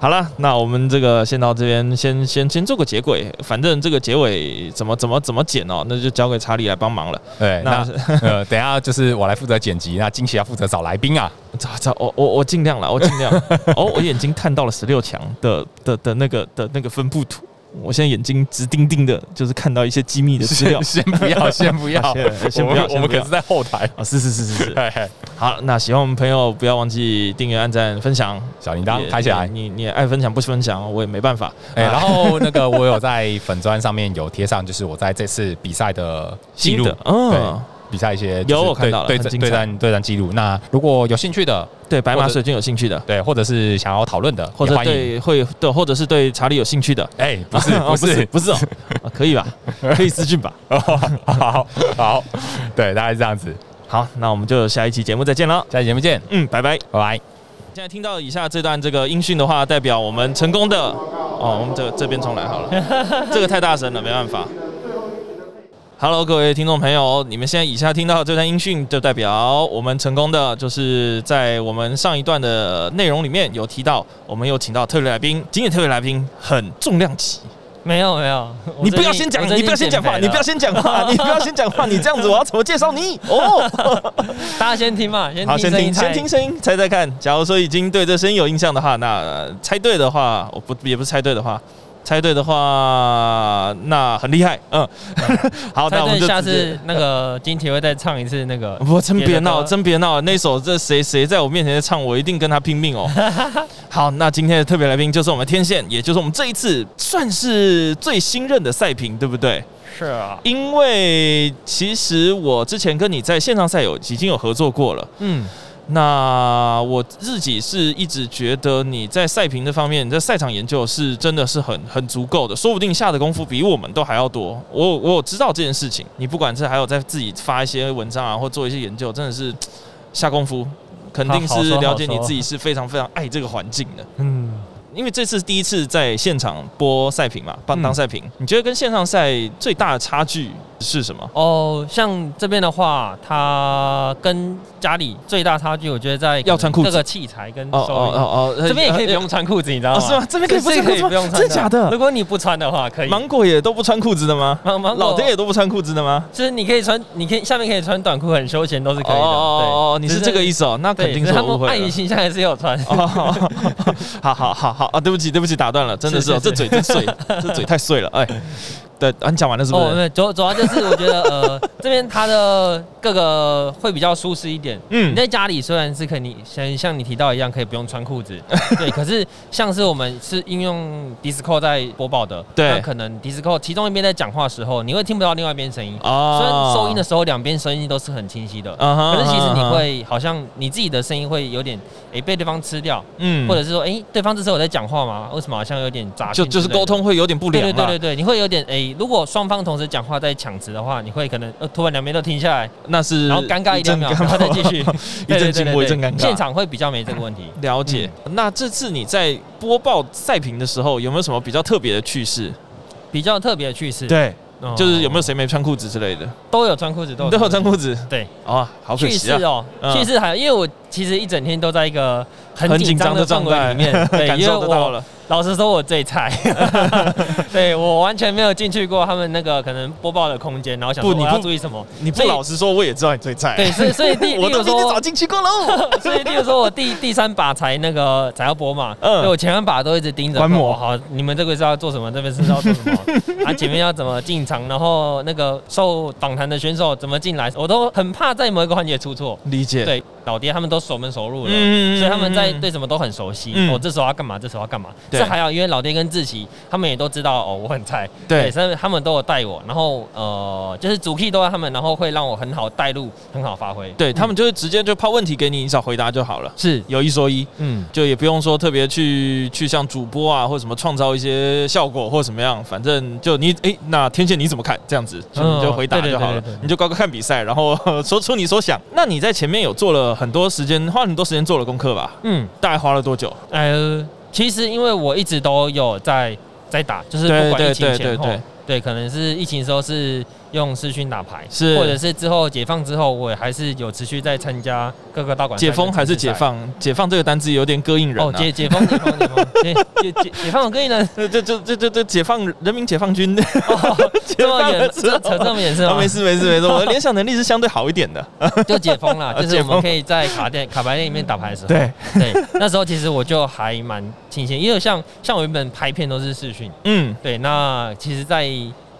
A: 好了，那我们这个先到这边，先先先做个结尾，反正这个结尾怎么怎么怎么剪哦，那就交给查理来帮忙了。
B: 对，那
A: 那
B: 呃，等一下就是我来负责剪辑，那金奇要负责找来宾啊。
A: 找找我我我 尽量了，我尽量。哦，我眼睛看到了十六强的的的那个的那个分布图。我现在眼睛直盯盯的， 就是看到一些机密的资料
B: 先。先不要，先不要，
A: 先先不要
B: 我们我
A: 先
B: 们
A: 不要
B: 可是在后台。
A: 啊，是是是是是。
B: 嘿嘿
A: 好，那喜欢我们朋友不要忘记订阅、按赞、分享。
B: 小铃铛
A: 也
B: 开起来。
A: 你你你也爱分享不分享，我也没办法。
B: 哎、
A: 啊
B: 然后那个我有在粉砖上面有贴上，就是我在这次比赛的记
A: 新
B: 录，
A: 的，嗯
B: 对，比赛一些
A: 有
B: 就是
A: 我看到了
B: 对
A: 很
B: 对
A: 精
B: 对
A: 彩
B: 战对战记录。那如果有兴趣的，
A: 对，白
B: 或
A: 马
B: 者
A: 水晶有兴趣的，
B: 对，或者是想要讨论的，
A: 或
B: 也
A: 者
B: 欢迎。
A: 对会对，或者是对查理有兴趣的，
B: 哎、不是
A: 哦
B: 不是，
A: 不是哦，啊可以吧？可以私讯吧。
B: 好好，对，大概是这样子。
A: 好，那我们就下一期节目再见了。
B: 下期节目见，
A: 嗯，拜拜。
B: 拜拜。
A: 现在听到以下这段这个音讯的话，代表我们成功的哦，我们这这边重来好 了，这个太大声了，没办法。Hello，各位听众朋友，你们现在以下听到这段音讯，就代表我们成功的，就是在我们上一段的内容里面有提到，我们有请到特别来宾，今天特别来宾很重量级，
C: 没有没有，我
A: 你
C: 最
A: 不要
C: 近
A: 先
C: 我
A: 讲，
C: 最
A: 你不要先
C: 近
A: 讲
C: 减
A: 话，
C: 肥
A: 你不要
C: 了
A: 先讲
C: 啊
A: 话，你不要先讲话，你这样子我要怎么介绍你？哦，
C: 大家先听嘛，先
A: 好，
C: 听
A: 先
C: 声音
A: 听，
C: 猜
A: 先听声音，猜猜看。假如说已经对这声音有印象的话，那、呃猜对的话，我不也不是猜对的话，猜对的话，那很厉害。嗯， 好，
C: 猜
A: 那我们
C: 对
A: 就
C: 下
A: 直接
C: 次那个金体会再唱一次那个。
A: 不，真别闹，
C: 别的歌
A: 真别闹！那首这谁谁在我面前在唱，我一定跟他拼命 哦。好，那今天的特别来宾就是我们天线，也就是我们这一次算是最新任的赛评，对不对？
C: 是啊，
A: 因为其实我之前跟你在线上赛有已经有合作过了。
C: 嗯，
A: 那我自己是一直觉得你在赛评这方面，你在赛场研究是真的是很很足够的，说不定下的功夫比我们都还要多。我有我有知道这件事情，你不管是还有在自己发一些文章啊，或做一些研究，真的是下功夫，肯定
C: 好好
A: 是
C: 说
A: 了解
C: 好
A: 你
C: 说
A: 自己是非常非常爱这个环境的。
C: 嗯，
A: 因为这次第一次在现场播赛评嘛，帮当
C: 嗯
A: 赛评，你觉得跟线上赛最大的差距是什么？
C: 哦，像这边的话，它跟家里最大差距，我觉得在
A: 要穿裤子
C: 这个器材跟
A: 哦
C: 收
A: 哦
C: 音。
A: 哦哦，
C: 嗯这边也可以不用穿裤子，你知道吗？
A: 哦是吗这边可以不
C: 这
A: 穿裤子吗
C: 可以不用穿
A: 真假的
C: 如果你不穿的话，可以。
A: 芒果也都不穿裤子的吗？
C: 芒芒
A: 老爹
C: 爹，
A: 也都不穿裤子的吗？
C: 就是你可以穿，你可以下面可以穿短裤，很休闲都是可以的。
A: 哦哦哦，你是这个意
C: 思？
A: 思哦，那肯
C: 对，
A: 定
C: 只
A: 是
C: 是他
A: 我误
C: 们
A: 会
C: 爱
A: 了
C: 你。形象还是有穿。
A: 哦，好好好好啊，对不起对不起，打断了，真的是哦，
C: 是
A: 这
C: 是
A: 嘴真碎， 这嘴太碎了，哎，对，啊你讲完了是不
C: 哦，
A: 是？
C: 对，主主要就是我觉得呃， 这边它的各个会比较舒适一点。你
A: 嗯，
C: 在家里虽然是可以你像像你提到一样可以不用穿 裤子，对，可是像是我们是应用 Discord 在播报的，
A: 对
C: 那可能 Discord 其中一边在讲话的时候，你会听不到另外一边声音。虽
A: 哦
C: 然收音的时候两边声音都是很清晰的，
A: 啊哈
C: 可是其实你
A: 啊哈
C: 会好像你自己的声音会有点诶被对方吃掉，
A: 嗯
C: 或者是说诶对方这时候我在讲话嘛，为什么好像有点杂
A: 就
C: 讯
A: 就是
C: 之类的
A: 沟通会有点不
C: 对
A: 良
C: 对对
A: 了
C: 对，对，你会有点诶、如果双方同时讲话在抢词的话，你会可能呃突然两边都停下来，
A: 那是
C: 然后尴尬一两秒，
A: 阵
C: 然后再继 续
A: 一阵
C: 对对对
A: 寂
C: 对
A: 寞
C: 对
A: 一阵尴
C: 现
A: 尬。
C: 场会嗯比较没这个问 题。
A: 了解。那这次你在播报赛评的时候，有没有什么比较特别的趣事？
C: 比较特别的趣事，
A: 对，
C: 哦
A: 就是有没有谁没穿裤子之类的？
C: 都有穿裤子，都
A: 你都有穿
C: 子。
A: 裤子
C: 对，
A: 哦，好可
C: 趣
A: 惜
C: 事
A: 啊！
C: 哦
A: 嗯，
C: 趣事还因为我其实一整天都在一个很
A: 很紧
C: 紧
A: 张
C: 张的
A: 的
C: 氛
A: 状
C: 围
A: 态
C: 里 面，对，
A: 感
C: 因为
A: 受得到
C: 我
A: 了。
C: 老实说我最菜， 对我完全没有进去过他们那个可能播报的空间，然后想说
A: 不你
C: 我
A: 不
C: 要注意什么，
A: 你不
C: 所以
A: 老实说，我也知道你最菜。
C: 对，所以所以第
A: 我
C: 例
A: 都
C: 如
A: 比你
C: 说
A: 早进去过喽。
C: 所以，例如说我第第三把才那个才要播嘛，
A: 嗯
C: 所以我前三把都一直盯着
A: 观摩
C: 哦好，你们这个是要做什么？这边是要做什么？ 啊，前面要怎么进场？然后那个受访谈的选手怎么进来？我都很怕在某一个环节出错。
A: 理解。
C: 对，老爹他们都熟门熟路了，
A: 嗯
C: 所以他们在对什么都很熟悉。
A: 嗯
C: 我、哦、这时候要干嘛？这时候要干嘛？
A: 对
C: 这还好，因为老爹跟志奇他们也都知道哦，我很菜，
A: 对
C: 所以他们都有带我。然后呃，就是主 key 都在他们，然后会让我很好带路，很好发挥。
A: 对他们就是直接就抛问题给你，你找回答就好了。
C: 是，
A: 有一说一，
C: 嗯。
A: 就也不用说特别去去像主播啊，或什么创造一些效果或怎么样，反正就你诶，那天线你怎么看？这样子，就
C: 嗯
A: 你就回答
C: 对对
A: 就好了
C: 对对对，对
A: 你就乖乖看比赛，然后 说出你所想。那你在前面有做了很多时间，花了很多时间做了功课吧？
C: 嗯，
A: 大概花了多久？
C: 呃，其实因为我一直都有在在打，就是
A: 对
C: 不管
A: 对
C: 疫情
A: 对对
C: 前后，
A: 对
C: 对，可能是疫情的时候是用视讯打牌，
A: 是
C: 或者是之后解放之后，我还是有持续在参加各个道馆赛
A: 解
C: 跟
A: 封还是
C: 城市
A: 解
C: 赛
A: 放？解放这个单字有点膈应人、啊。，
C: 哦，解解封，解封，解封，解解解解放我跟你呢
A: 这这这这这这解放人民解放军，
C: 哦这么
A: 解放了
C: 远，
A: 之后
C: 这扯这么远是
A: 啊
C: 吗
A: 没？事没事没事，我的联想能力是相对好一点的。
C: 就解封 了，就是
A: 啊解
C: 我
A: 封
C: 们可以在卡店卡牌店里面打牌的时候。
A: 对，
C: 对，那时候其实我就还蛮庆幸，因为像像我原本拍片都是视讯，
A: 嗯，
C: 对，那其实，在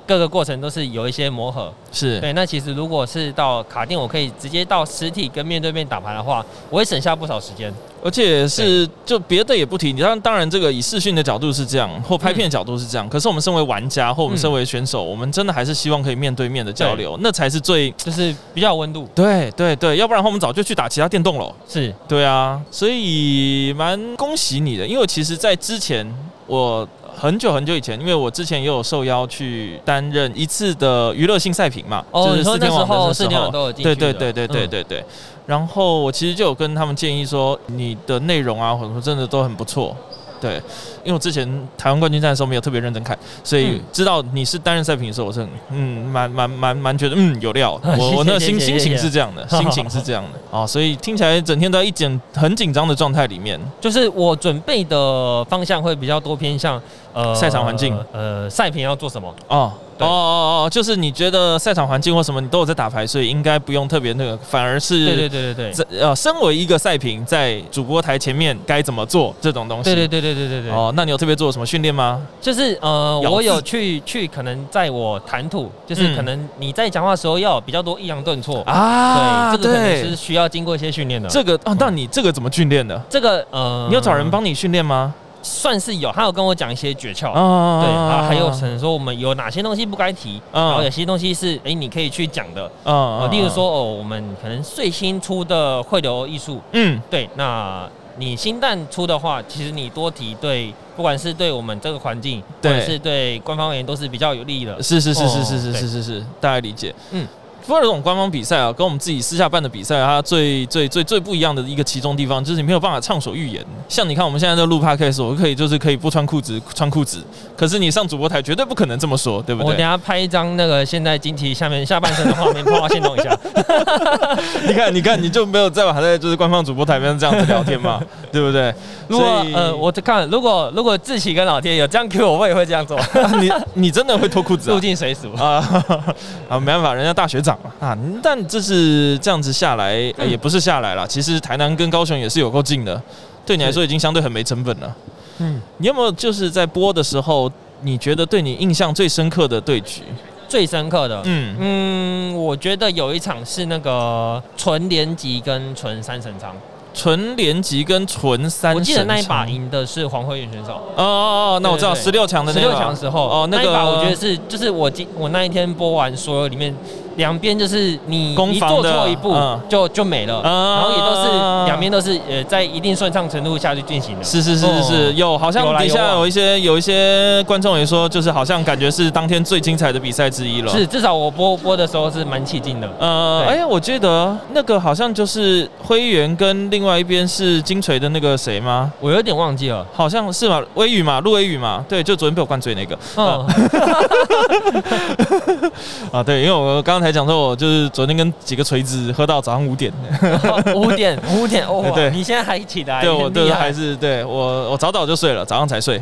C: 各个过程都是有一些磨合。
A: 是
C: 对，那其实如果是到卡店，我可以直接到实体跟面对面打牌的话，我会省下不少时间。
A: 而且是就别的也不提，你当当然这个以视讯的角度是这样，或拍片的角度是这样，可是我们身为玩家或我们身为选手，我们真的还是希望可以面对面的交流，那才是最
C: 就是比较有温度。
A: 对对对，要不然的话我们早就去打其他电动了。
C: 是，
A: 对啊，所以蛮恭喜你的，因为其实，在之前我很久很久以前，因为我之前也有受邀去担任一次的娱乐性赛评嘛，
C: 哦
A: 就是
C: 你说
A: 四天
C: 那时
A: 王
C: 候
A: 的
C: 四天王都有进去
A: 对对对
C: 的
A: 对对
C: 嗯
A: 对对。然后我其实就有跟他们建议说，你的内容啊，很多真的都很不错。对，因为我之前台湾冠军战的时候没有特别认真看，所以
C: 嗯
A: 知道你是担任赛评的时候，我是很嗯蛮蛮蛮蛮觉得嗯有料，
C: 谢
A: 我
C: 谢
A: 我那心
C: 谢
A: 心情
C: 谢谢谢
A: 是这样 的，心情是这样的啊、哦所以听起来整天都在一紧很紧张的状态里面，
C: 就是我准备的方向会比较多偏向呃
A: 赛场环境，
C: 呃赛评要做什么。
A: 哦。哦
C: 对
A: 哦哦，就是你觉得赛场环境或什么你都有在打牌，所以应该不用特别那个，反而是
C: 对对对对对。
A: 这呃，身为一个赛评，在主播台前面该怎么做这种东西。
C: 对对对对对对对，
A: 哦，那你有特别做什么训练吗？
C: 就是呃，
A: 咬字
C: 我有去去，可能在我谈吐，就是
A: 嗯
C: 可能你在讲话的时候要有比较多抑扬顿挫
A: 啊
C: 对，这个可能
A: 对
C: 是嗯需要经过一些训练的。
A: 这个哦，那你这个怎么训练的？
C: 这个呃，
A: 你有找人帮你训练吗？
C: 算是有，他有跟我讲一些诀窍，
A: 啊
C: 对啊，还有可能说我们有哪些东西不该提，
A: 嗯
C: 然后有些东西是哎你可以去讲的，
A: 啊
C: 呃，例如说，哦，我们可能最新出的汇流艺术，
A: 嗯，
C: 对，那你新蛋出的话，其实你多提对，不管是对我们这个环境，或
A: 对
C: 者是对官方而言都是比较有利的。
A: 是是是是是是
C: 哦
A: 是是是，大概理解。嗯
C: 嗯，
A: 不过这种官方比赛啊，跟我们自己私下办的比赛啊，它最最最最不一样的一个其中地方，就是你没有办法畅所欲言。像你看我们现在在录 podcast，我可以就是可以不穿裤子穿裤子，可是你上主播台绝对不可能这么说，对不
C: 哦我等一
A: 对？
C: 下拍一张那个现在金旗下面下半身的画面，帮我现动一下。
A: 你看你看你就没有在还在就是官方主播台面这样子聊天 嘛，对不对？
C: 如果
A: 所以
C: 呃，我看如果如果志奇跟老爹有这样 Q 我，我也会这样做，
A: 啊 你你真的会脱裤子、啊
C: 入？境水俗。
A: 啊 啊，没办法，人家大学长嘛啊。但这是这样子下来、呃
C: 嗯
A: 也不是下来啦，其实台南跟高雄也是有够近的，对你来说已经相对很没成本了。
C: 嗯，
A: 你有没有就是在播的时候，你觉得对你印象最深刻的对局？
C: 最深刻的，
A: 嗯，
C: 嗯，我觉得有一场是那个纯联级跟纯三神仓，
A: 纯联级跟纯三，
C: 我记得那一把。赢的是黄慧云选手。
A: 哦哦哦，那我知道
C: 对
A: 十
C: 对
A: 六强的
C: 十
A: 那
C: 六
A: 把
C: 强时候，
A: 哦，那
C: 一
A: 个
C: 把我觉得是，就是我今我那一天播完所有里面，两边就是你
A: 攻
C: 一
A: 防
C: 做
A: 的
C: 错一步
A: 嗯
C: 就就没了，
A: 啊
C: 然后也都是两边都是呃在一定顺畅程度下去进行的。
A: 是是是是是，
C: 哦
A: 有好像
C: 有来
A: 底
C: 有
A: 下
C: 往
A: 有一些有一些观众也说，就是好像感觉是当天最精彩的比赛之一了。
C: 是，至少我播播的时候是蛮起劲的。
A: 呃，哎、
C: 对
A: 我记得那个好像就是灰原跟另外一边是金锤的那个谁吗？
C: 我有点忘记了，
A: 好像是嘛，微雨嘛，陆微雨嘛，对，就昨天被我灌醉那个
C: 嗯，
A: 啊，对，因为我刚才讲说，我就是昨天跟几个锤子喝到早上五点，
C: 五点五点哦，哇
A: 对
C: 你现在还起来，
A: 对我
C: 对
A: 对还是对我我早早就睡了，早上才睡，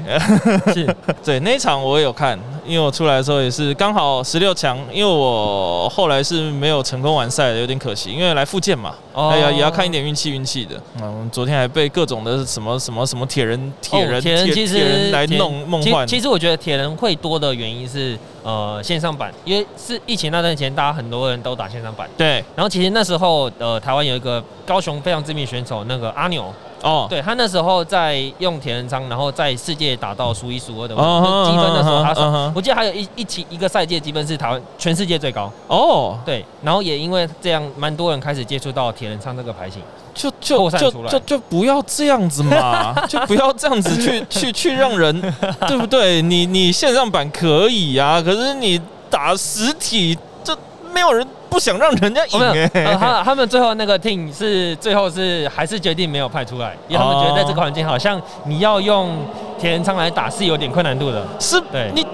C: 是
A: 对那一场我也有看，因为我出来的时候也是刚好十六强，因为我后来是没有成功完赛的，有点可惜，因为来复健嘛，
C: 哦
A: 哎呀也要看一点运气运气的。嗯，昨天还被各种的什么什么什么铁人铁人
C: 哦铁人其实
A: 铁人来
C: 铁人
A: 弄梦
C: 其
A: 幻，
C: 其实我觉得铁人会多的原因是，呃，线上版，因为是疫情那段时间，大家很多人都打线上版。
A: 对
C: 然后其实那时候，呃，台湾有一个高雄非常知名选手，那个阿牛，
A: 哦
C: 对他那时候在用铁人仓，然后在世界打到数一数二的位置，
A: 哦
C: 就是积分那时候他
A: 嗯哼嗯哼
C: 是，我记得还有一一期一个赛季的积分是台湾全世界最高，
A: 哦，
C: 对。然后也因为这样，蛮多人开始接触到铁人仓这个牌型，
A: 就就
C: 扩散
A: 就
C: 出来
A: 就就不要这样子 嘛，就不要这样子去去去让人，对不对？你你线上版可以啊，可是你打实体，这没有人不想让人家赢
C: 哦没
A: 哎、
C: 有，呃，他他们最后那个 team 是最后是还是决定没有派出来，因为他们觉得在这个环境好像你要用田仓来打是有点困难度的。
A: 是
C: 对
A: 你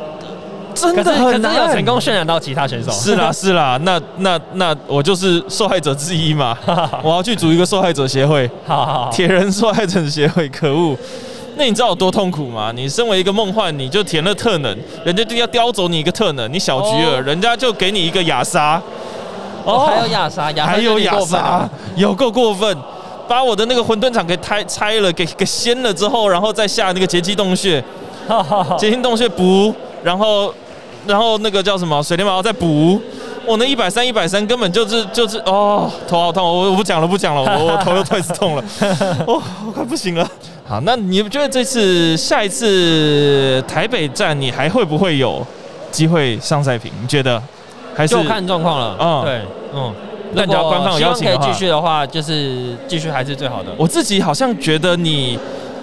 A: 真
C: 可
A: 的
C: 是可
A: 很
C: 是
A: 难。
C: 有成功渲染到其他选手，
A: 是啦是啦，那那那我就是受害者之一 嘛，我要去组一个受害者协会，
C: 好好好，
A: 铁人受害者协会，可恶！那你知道有多痛苦吗？你身为一个梦幻，你就填了特能，人家就要叼走你一个特能，你小菊儿，
C: 哦
A: 人家就给你一个亚莎，
C: 哦，还有亚莎，亚莎
A: 还有
C: 点
A: 亚
C: 过分啊
A: 莎
C: 了，，
A: 有够过分！把我的那个混沌场给拆拆了，给给掀了之后，然后再下那个结肌洞穴，
C: 好好好
A: 结晶洞穴补，然后然后那个叫什么水帘毛再补。我那一百三一百三根本就是就是哦，头好痛，我我不讲了不讲了，我我头又开始痛 了，哦，我快不行了。好，那你觉得这次下一次台北站你还会不会有机会上赛评？你觉得还是
C: 就看状况了。
A: 嗯
C: 对，嗯。
A: 那你要官方有邀请
C: 如
A: 的
C: 果希望
A: 话
C: 可以继续的话，就是继续还是最好的。
A: 我自己好像觉得你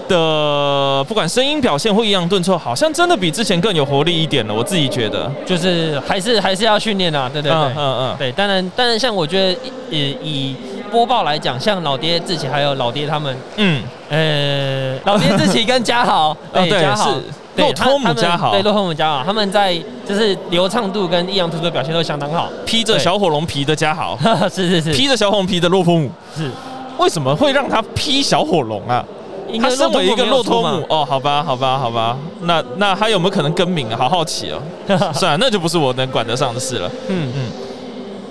A: 的不管声音表现或抑扬顿挫，好像真的比之前更有活力一点了。我自己觉得，
C: 就是还是还是要训练啊，对对对，
A: 嗯
C: 对，当然当然，像我觉得呃以播报来讲，像老爹自己还有老爹他们，
A: 嗯，
C: 呃， 老爹自己跟嘉豪，对
A: 哦对
C: 嘉豪
A: 是。
C: 哎对
A: 洛托姆
C: 他他们
A: 嘉豪
C: 对洛托姆嘉豪，他们在就是流畅度跟抑扬顿挫表现都相当好，
A: 披着小火龙皮的嘉豪，
C: 是是是
A: 披着小红皮的洛托姆，
C: 是，
A: 为什么会让他披小火龙啊？
C: 应
A: 他
C: 该
A: 身为一个洛托
C: 没有
A: 姆，哦，好吧，好吧，好吧，那那他有没有可能更名啊？好好奇哦。
C: 出嘛，
A: 算了，那就不是我能管得上的事了。
C: 嗯嗯，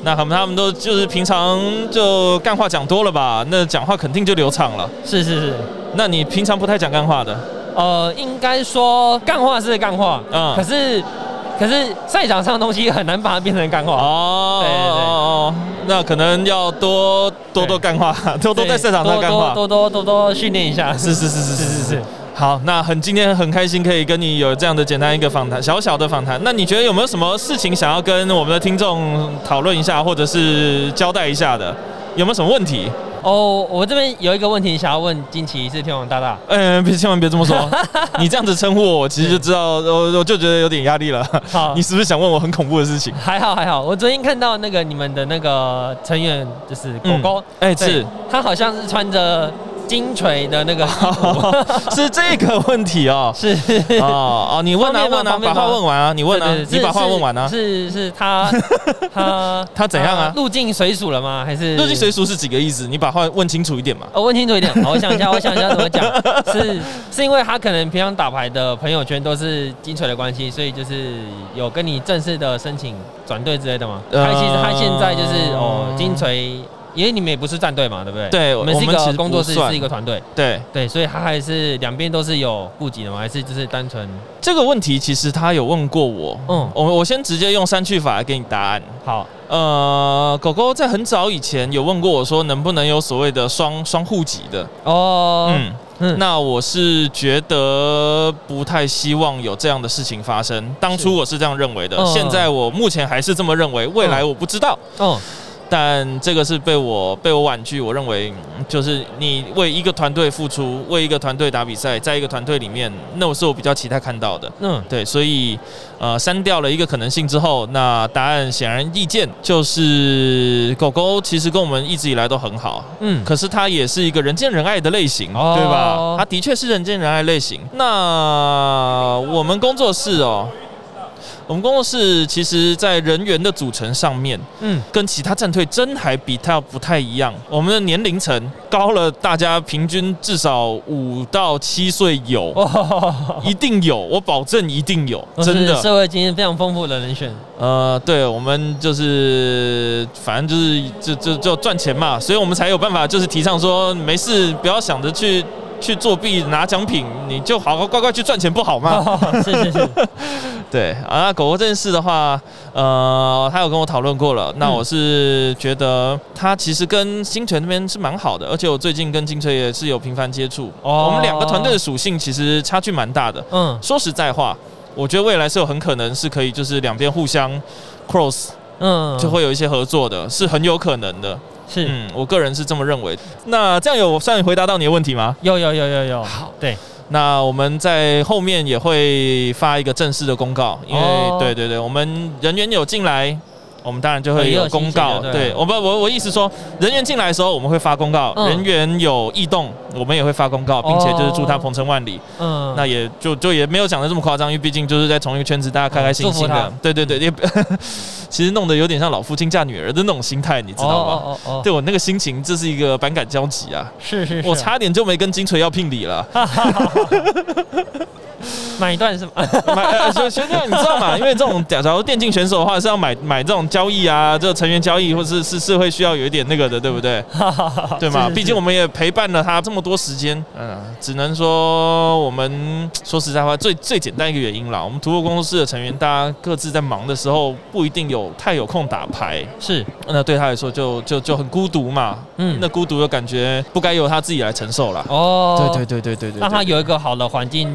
A: 那他们他们都就是平常就干话讲多了吧？那讲话肯定就流畅了。
C: 是是是，
A: 那你平常不太讲干话的，
C: 呃，应该说干话是干话，
A: 嗯
C: 可是可是赛场上的东西很难把它变成干话，
A: 哦，
C: 对对对
A: 哦，那可能要多多多干话，多多在赛场上干话。
C: 多多多多多训练一下。
A: 是是是是
C: 是
A: 是
C: 是
A: 是
C: 是。
A: 好，那很今天很开心可以跟你有这样的简单一个访谈，小小的访谈。那你觉得有没有什么事情想要跟我们的听众讨论一下，或者是交代一下的？有没有什么问题？
C: 哦，我这边有一个问题想要问金奇，是天王大大。
A: 嗯，别千万别这么 说，你这样子称呼我，我其实就知道，呃我我就觉得有点压力了。
C: 好
A: 你，是不是想问我很恐怖的事情？
C: 还好还好。我昨天看到那个你们的那个成员，就是狗狗，
A: 哎、
C: 对
A: 是
C: 他好像是穿着金锤的 那个衣服，
A: 是这个问题 哦。
C: 是。
A: 哦哦，你问啊
C: 方便吗
A: 问啊，
C: 方
A: 把
C: 便
A: 话
C: 吗
A: 问完啊，你问啊
C: 对对，
A: 你
C: 是
A: 把话问完啊。
C: 是是 他他
A: 他怎样啊
C: 入境水鼠了吗？还是
A: 入境水？俗是几个意思？你把话问清楚一点嘛。
C: 哦，问清楚一点，好，我想一下，我想一下怎么讲，是是因为他可能平常打牌的朋友圈都是金锤的关系，所以就是有跟你正式的申请转队之类的吗？
A: 呃
C: 他其实他现在就是哦，金锤，因为你们也不是战队嘛，对不对？
A: 对
C: 我们是一
A: 我们其实
C: 个
A: 不
C: 工作室，
A: 算
C: 是一个团队，
A: 对，
C: 对，所以他还是两边都是有顾及的嘛，还是就是单纯
A: 这个问题其实他有问过我，
C: 嗯
A: 我我先直接用删去法来给你答案。
C: 好
A: 呃，狗狗在很早以前有问过我说，能不能有所谓的双双户籍的？
C: 哦，
A: 嗯，
C: 嗯
A: 那我是觉得不太希望有这样的事情发生。当初
C: 是
A: 我是这样认为的，
C: 嗯
A: 现在我目前还是这么认为，未来我不知道。
C: 哦
A: 但这个是被我被我婉拒。我认为，嗯就是你为一个团队付出，为一个团队打比赛，在一个团队里面，那我是我比较期待看到的。
C: 嗯
A: 对，所以呃，删掉了一个可能性之后，那答案显而易见，就是狗狗其实跟我们一直以来都很好，
C: 嗯，
A: 可是它也是一个人见人爱的类型，
C: 哦
A: 对吧？它的确是人见人爱类型。那我们工作室哦。我们工作室其实，在人员的组成上面，
C: 嗯
A: 跟其他战队真还比较不太一样。我们的年龄层高了，大家平均至少五到七岁有。
C: 哦，
A: 一定有，我保证一定有，
C: 都是
A: 真的。
C: 社会经验非常丰富的人选，
A: 呃，对，我们就是呃反正就是就就就赚钱嘛，所以我们才有办法就是提倡说，没事不要想着去去作弊拿奖品，你就好好乖乖去赚钱不好吗？
C: 哦是是是，
A: 对啊，那狗狗这件事的话，呃，他有跟我讨论过了。那我是觉得他其实跟金锤那边是蛮好的，而且我最近跟金锤也是有频繁接触。
C: 哦
A: 我们两个团队的属性其实差距蛮大的。
C: 嗯
A: 说实在话，我觉得未来是有很可能是可以，就是两边互相 cross
C: 嗯，
A: 就会有一些合作的，是很有可能的。
C: 是。
A: 嗯，我个人是这么认为。那这样有算回答到你的问题吗？
C: 有有有有有，对，
A: 那我们在后面也会发一个正式的公告，因为、
C: 哦
A: 对对对，我们人员有进来。我们当然就会有公告。
C: 对啊
A: 对我不，我我意思说，人员进来的时候我们会发公告，
C: 嗯
A: 人员有异动我们也会发公告，并且就是祝
C: 哦
A: 他鹏程万里。
C: 嗯，
A: 那也就就也没有讲的这么夸张，因为毕竟就是在同一个圈子，大家开开心心
C: 嗯祝
A: 的
C: 福。
A: 对对对，也 其实弄得有点像老父亲嫁女儿的那种心态，你知道吗？
C: 哦哦哦哦，
A: 对我那个心情，这是一个百感交集啊！
C: 是 是是，
A: 我差点就没跟金锤要聘礼了。
C: 买一段是吗？
A: 买呃，就兄弟，你知道吗？因为这种假假如电竞选手的话，是要买买这种交易啊，这个成员交易，或是是是会需要有一点那个的，对不对？ 对
C: 是
A: 嘛？
C: 是
A: 毕竟我们也陪伴了他这么多时间，嗯，只能说我们说实在话，最最简单一个原因啦，我们图库工作室的成员，大家各自在忙的时候，不一定有太有空打牌，
C: 是，
A: 那对他来说就就就很孤独嘛。
C: 嗯
A: 那孤独的感觉不该由他自己来承受啦。
C: 哦，
A: 对对对对对对，
C: 让他有一个好的环境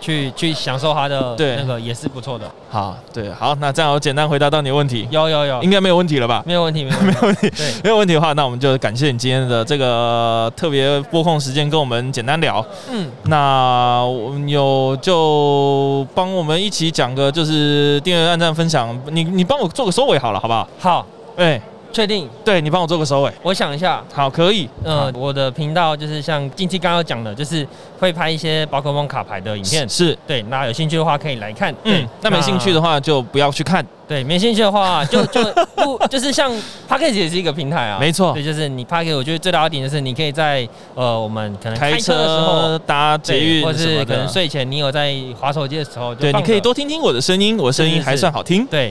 C: 去去享受他的
A: 对
C: 那个也是不错的。
A: 好对好，那这样我简单回答到你的问题，
C: 有有有
A: 应，该没有问题了吧？
C: 没有问题，没有
A: 没
C: 问题
A: 有问题。
C: 对，
A: 没有问题的话，那我们就感谢你今天的这个特别播控时间，跟我们简单聊。
C: 嗯，
A: 那我们有就帮我们一起讲个，就是订阅、按赞、分享。你你帮我做个收尾好了，好不好？
C: 好，
A: 哎，
C: 确定。
A: 对你帮我做个收尾，
C: 我想一下，
A: 好，可以。
C: 呃，我的频道就是像近期刚刚讲的，就是会拍一些宝可梦卡牌的影片。
A: 是，
C: 对，那有兴趣的话可以来看。对
A: 嗯，那没兴趣的，话就不要去看。
C: 对，没兴趣的话 就就不就是像 p a c k a g e 也是一个平台啊。
A: 没错
C: 对，，就是你 p a c k a g e 我觉得最大的点就是你可以在呃我们可能
A: 开
C: 开车的时候
A: 车、，搭
C: 对
A: 捷运
C: 或
A: 什
C: 是
A: 么
C: 可能
A: 的。
C: 睡前你有在划手机的时候，就
A: 对，
C: 放
A: 你可以
C: 着
A: 多听听我的声音，我的声
C: 是
A: 音
C: 是
A: 还
C: 是
A: 算好听。
C: 对。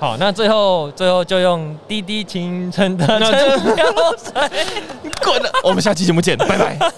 C: 好，那最后最后就用滴滴清晨的
A: 那
C: 蒸馏水。
A: 滚了，我们下期节目见，拜拜。